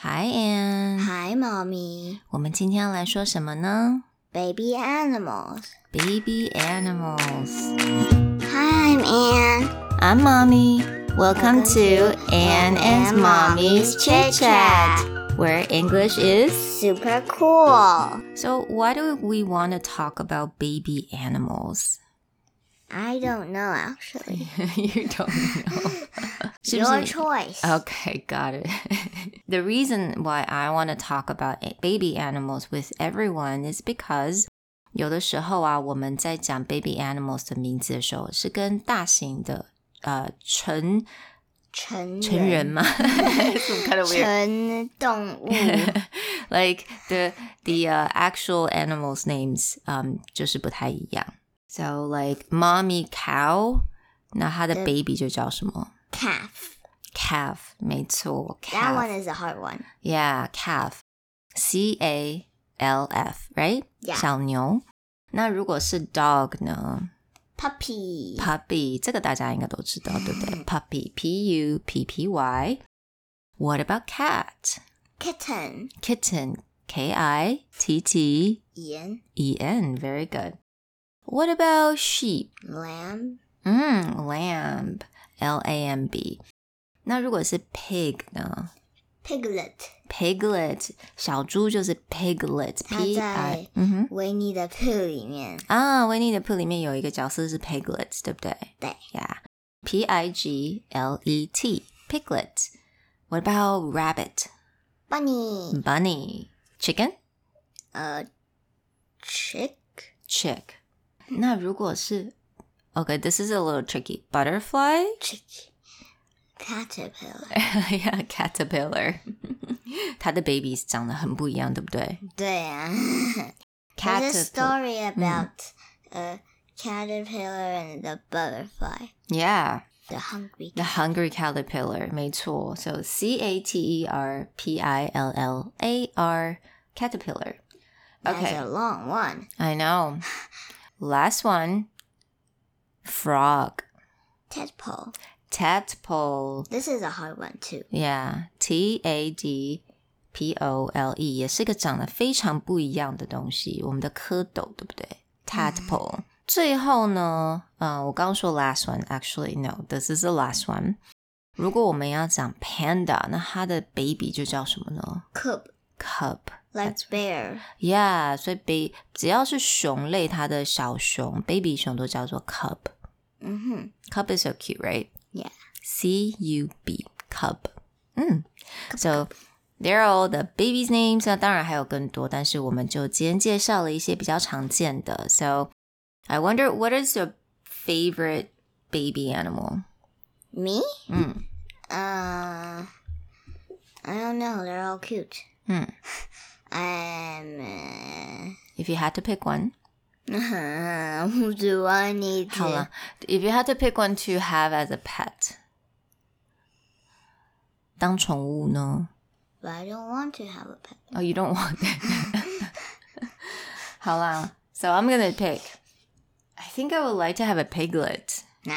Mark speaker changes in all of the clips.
Speaker 1: Hi Anne，
Speaker 2: Hi, mommy.
Speaker 1: 我们今天要来说什么呢
Speaker 2: Baby animals.
Speaker 1: ？Baby animals。
Speaker 2: Hi, I'm Anne.
Speaker 1: I'm mommy. Welcome to Anne and Mommy's Chit Chat, where English is.
Speaker 2: Super cool.
Speaker 1: So, why do we want to talk about baby animals?
Speaker 2: I don't know actually.
Speaker 1: you don't know. 是不
Speaker 2: Your
Speaker 1: 是
Speaker 2: choice.
Speaker 1: Okay, got it. the reason why I want to talk about a- baby animals with everyone is because 有的时候啊，我们在讲 baby animals 的名字的时候，是跟大型的呃成
Speaker 2: 成
Speaker 1: 成人 吗？Some kind of weird.
Speaker 2: 成动物
Speaker 1: like the the uh, actual animals names um 就是不太一样。So like mommy cow，那它的 baby 就叫什么
Speaker 2: calf.
Speaker 1: calf？没错
Speaker 2: That
Speaker 1: ，calf
Speaker 2: one。is a hard one.
Speaker 1: Yeah, calf. C A L F, right?
Speaker 2: Yeah.
Speaker 1: 小牛。那如果是 dog 呢
Speaker 2: Puppy.
Speaker 1: ？Puppy，这个大家应该都知道，对不对？Puppy, P U P P Y。What about cat?
Speaker 2: Kitten.
Speaker 1: Kitten, K I T T
Speaker 2: Ian.
Speaker 1: E N. Very good. What about sheep?
Speaker 2: Lamb.
Speaker 1: 嗯，lamb, L A M B。那如果是 pig 呢
Speaker 2: Piglet.
Speaker 1: ？Piglet，小猪就是 piglet,
Speaker 2: 它
Speaker 1: P
Speaker 2: 在
Speaker 1: I。嗯哼。
Speaker 2: 维尼的 poo 里面。
Speaker 1: 啊，《维尼的 Pooh》里面有一个角色是 Piglet，对不对？
Speaker 2: 对
Speaker 1: 呀、p I G L E T，Piglet。What about rabbit, Mm.
Speaker 2: Bunny.
Speaker 1: bunny, chicken,
Speaker 2: 呃，chick.
Speaker 1: chick？那如果是 OK，this、is a little tricky. Butterfly,
Speaker 2: Chick. Caterpillar.
Speaker 1: yeah, caterpillar。它的 babies 长得很不一样，对不对
Speaker 2: 对啊
Speaker 1: Caterpillar.
Speaker 2: There's a story about a caterpillar and the butterfly,
Speaker 1: ？Yeah,
Speaker 2: the hungry.
Speaker 1: the hungry caterpillar. 没错，so C A T E R P I L L A R caterpillar.
Speaker 2: That's a long one.
Speaker 1: I know. Last one. Frog.
Speaker 2: Tadpole.
Speaker 1: Tadpole.
Speaker 2: This is a hard one too.
Speaker 1: Yeah. T A D P O L E 也是个长得非常不一样的东西。我们的蝌蚪，对不对？Tadpole。最后呢，呃，我刚刚说 last one。Actually, no. This is the last one. 如果我们要讲 panda，那它的 baby 就叫什么呢
Speaker 2: Cub,
Speaker 1: ？Cub。
Speaker 2: like bear.
Speaker 1: Yeah，所以 baby 只要是熊类，它的小熊 baby 熊都叫做 cub。
Speaker 2: Mm-hmm.
Speaker 1: Cub is so cute, right?
Speaker 2: Yeah.
Speaker 1: C U B cub. 嗯，so there are all the babies' names. 那当然还有更多，但是我们就今天介绍了一些比较常见的。So I wonder what is your favorite baby animal?
Speaker 2: Me?
Speaker 1: 嗯
Speaker 2: Uh, I don't know. They're all cute.
Speaker 1: 嗯
Speaker 2: I'm.
Speaker 1: ，If you had to pick one,
Speaker 2: Uh, who do I need?
Speaker 1: 好
Speaker 2: To?
Speaker 1: 了，If you had to pick one to have as a pet，当宠物呢？
Speaker 2: But I don't want to have a pet.
Speaker 1: Oh, you don't want that. 好啦，So I'm gonna pick. I think I would like to have a piglet.
Speaker 2: Nah.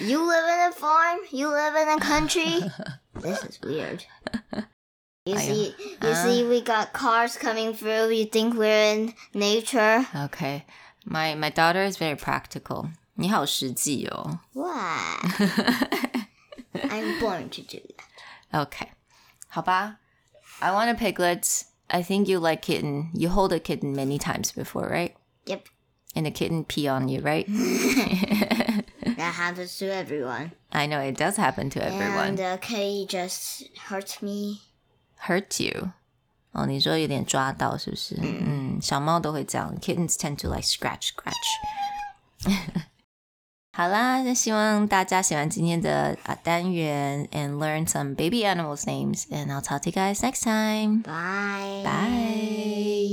Speaker 2: You live in a farm? You live in a country? this is weird. You
Speaker 1: I know.
Speaker 2: see, you
Speaker 1: Uh.
Speaker 2: see, we got cars coming through. You think we're in nature?
Speaker 1: okay, my my daughter is very practical. 你好实际哦。
Speaker 2: What? I'm born to do that.
Speaker 1: Okay，好吧。I want a piglet. I think you like kitten. You hold a kitten many times before, right?
Speaker 2: Yep,
Speaker 1: And the kitten pee on you, right?
Speaker 2: that happens to everyone.
Speaker 1: I know it does happen to everyone.
Speaker 2: And uh, Kitty just hurt me.
Speaker 1: hurt you. 哦，你说有点抓到是不是？嗯小猫都会这样，kittens tend to like scratch scratch 。好啦，那希望大家喜欢今天的啊单元，and learn some baby animals names，and I'll talk to you guys next time.
Speaker 2: Bye.
Speaker 1: Bye.